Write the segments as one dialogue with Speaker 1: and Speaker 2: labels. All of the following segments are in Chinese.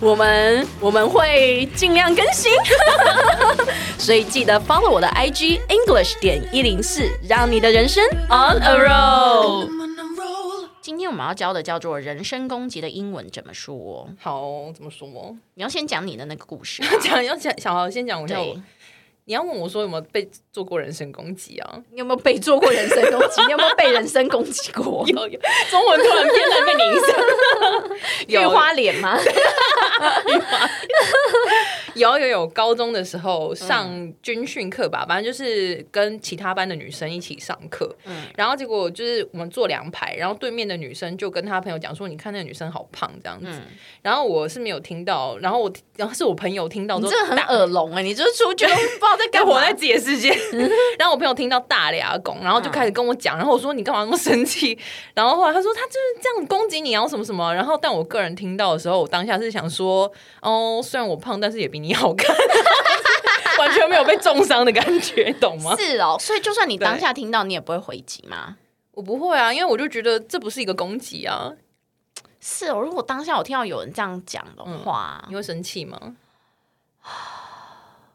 Speaker 1: 我们我们会尽量更新， 所以记得 follow 我的 IG English 点一零四，让你的人生 on a roll。今天我们要教的叫做人身攻击的英文怎么说？
Speaker 2: 好，怎么说？
Speaker 1: 你要先讲你的那个故事啊、
Speaker 2: 讲要讲，小豪先讲一下
Speaker 1: 对
Speaker 2: 我。你要问我说有没有被做过人身攻击啊？
Speaker 1: 你有没有被做过人身攻击？你有没有被人身攻击 过？
Speaker 2: 有有，中文突然变得被你影响。
Speaker 1: 有花脸吗？
Speaker 2: 有有有，高中的时候上军训课吧，反正就是跟其他班的女生一起上课，
Speaker 1: 嗯
Speaker 2: 然后结果就是我们坐两排，然后对面的女生就跟她朋友讲说：“你看那个女生好胖这样子。
Speaker 1: 嗯
Speaker 2: 然后我是没有听到，然后我然后是我朋友听到
Speaker 1: 你
Speaker 2: 之后
Speaker 1: 这个很
Speaker 2: 大
Speaker 1: 耳聋哎、你就是出去都不知道 在
Speaker 2: 跟
Speaker 1: 干
Speaker 2: 活
Speaker 1: 嘛
Speaker 2: 在。自己的世界。然后我朋友听到大俩拱，然后就开始跟我讲，然后我说你干嘛那么生气？ 然后后来他说他就是这样攻击你，然后啊什么什么。然后但我个人听到的时候，我当下是想说，哦，虽然我胖，但是也比你好看， 完全没有被重伤的感觉，懂 吗？
Speaker 1: 是哦，所以就算你当下听到，你也不会回击吗？
Speaker 2: 我不会啊，因为我就觉得这不是一个攻击啊。
Speaker 1: 是哦，如果当下我听到有人这样讲的
Speaker 2: 嗯
Speaker 1: 话，
Speaker 2: 你会生气吗？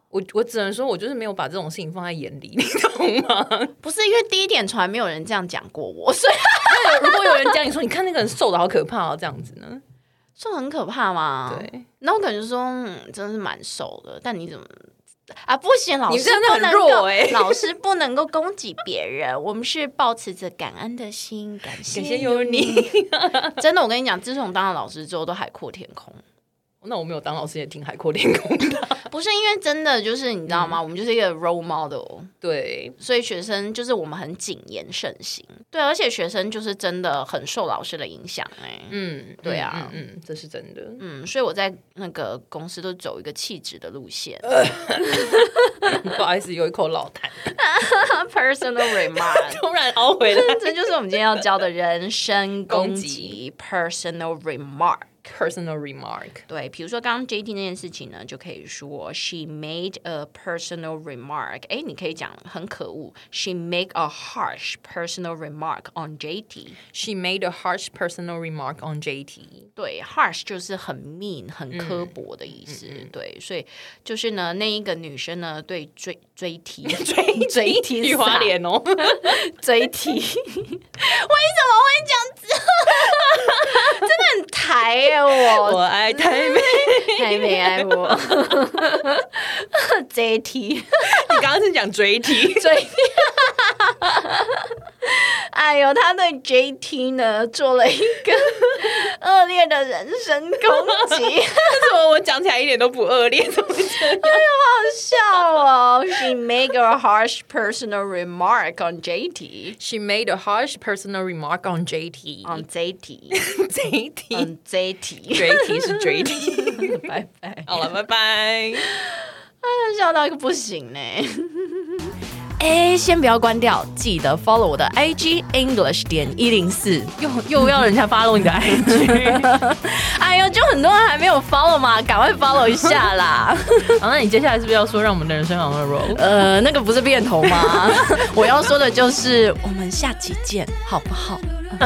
Speaker 2: 我我只能说，我就是没有把这种事情放在眼里，你懂吗？
Speaker 1: 不是因为第一点从来没有人这样讲过我， 所以
Speaker 2: 如果有人讲你说，你看那个人瘦的好可怕哦，这样子呢？
Speaker 1: 这很可怕嘛。，
Speaker 2: 对。
Speaker 1: 那我感觉说，嗯，真的是蛮瘦的，但你怎么？啊，不行，老
Speaker 2: 你
Speaker 1: 师
Speaker 2: 真的
Speaker 1: 不
Speaker 2: 很
Speaker 1: 能
Speaker 2: 弱
Speaker 1: 够，
Speaker 2: 欸
Speaker 1: 老师不能够攻击别人。我们是保持着感恩的心，感谢
Speaker 2: 感谢有你。
Speaker 1: 真的，我跟你讲，自从当了老师之后，都海阔天空。
Speaker 2: 那我没有当老师也挺海阔天空的。
Speaker 1: 不是因为真的，就是你知道吗？
Speaker 2: 嗯
Speaker 1: 我们就是一个 role model，
Speaker 2: 对，
Speaker 1: 所以学生就是我们很谨言慎行。对，而且学生就是真的很受老师的影响哎、
Speaker 2: 嗯，
Speaker 1: 对啊
Speaker 2: 嗯，嗯这是真的。
Speaker 1: 嗯，所以我在那个公司都走一个气质的路线
Speaker 2: 不好意思，有一口老痰，
Speaker 1: ，personal remark。
Speaker 2: 突然熬回 来。
Speaker 1: 这就是我们今天要教的人身攻
Speaker 2: 攻
Speaker 1: 击 （personal remark）。
Speaker 2: Personal remark，
Speaker 1: 对，比如说刚刚 JT 那件事情呢，就可以说 she made a personal remark。哎，你可以讲很可恶，she make a harsh personal remark on JT。
Speaker 2: she made a harsh personal remark on JT。
Speaker 1: 对，harsh 就是很 mean、很
Speaker 2: 嗯
Speaker 1: 刻薄的意思。对，所以就是呢，那一个女生呢，对追追 T 追追 T
Speaker 2: 玉花脸哦，
Speaker 1: 追 T，为什么会讲这？ 真的很抬耶、
Speaker 2: 我
Speaker 1: 我
Speaker 2: 爱台妹。
Speaker 1: 太没爱我追 T
Speaker 2: 你刚刚是讲 JT，
Speaker 1: 追。 哎呦，他对 JT 呢做了一个 恶劣的人身攻击。
Speaker 2: 为什么我讲起来一点都不恶劣？怎么这样
Speaker 1: 笑哦，She make a harsh personal remark on JT
Speaker 2: ？She made a harsh personal remark on JT。
Speaker 1: on JT
Speaker 2: JT，JT
Speaker 1: on JT，
Speaker 2: 是 JT。
Speaker 1: 拜拜，
Speaker 2: 好了， 拜拜。
Speaker 1: 笑到一个不行呢。 哎，先不要关掉，记得 follow 我的 IG English 点一零四。
Speaker 2: 又又要人家发动你的 IG。
Speaker 1: 哎呦，就很多人还没有 follow 嘛，赶快 follow 一下啦。
Speaker 2: 好，那你接下来是不是要说让我们的人生 on a roll？
Speaker 1: 呃，那个不是变头吗？ 我要说的就是，我们下期见，好不好？
Speaker 3: I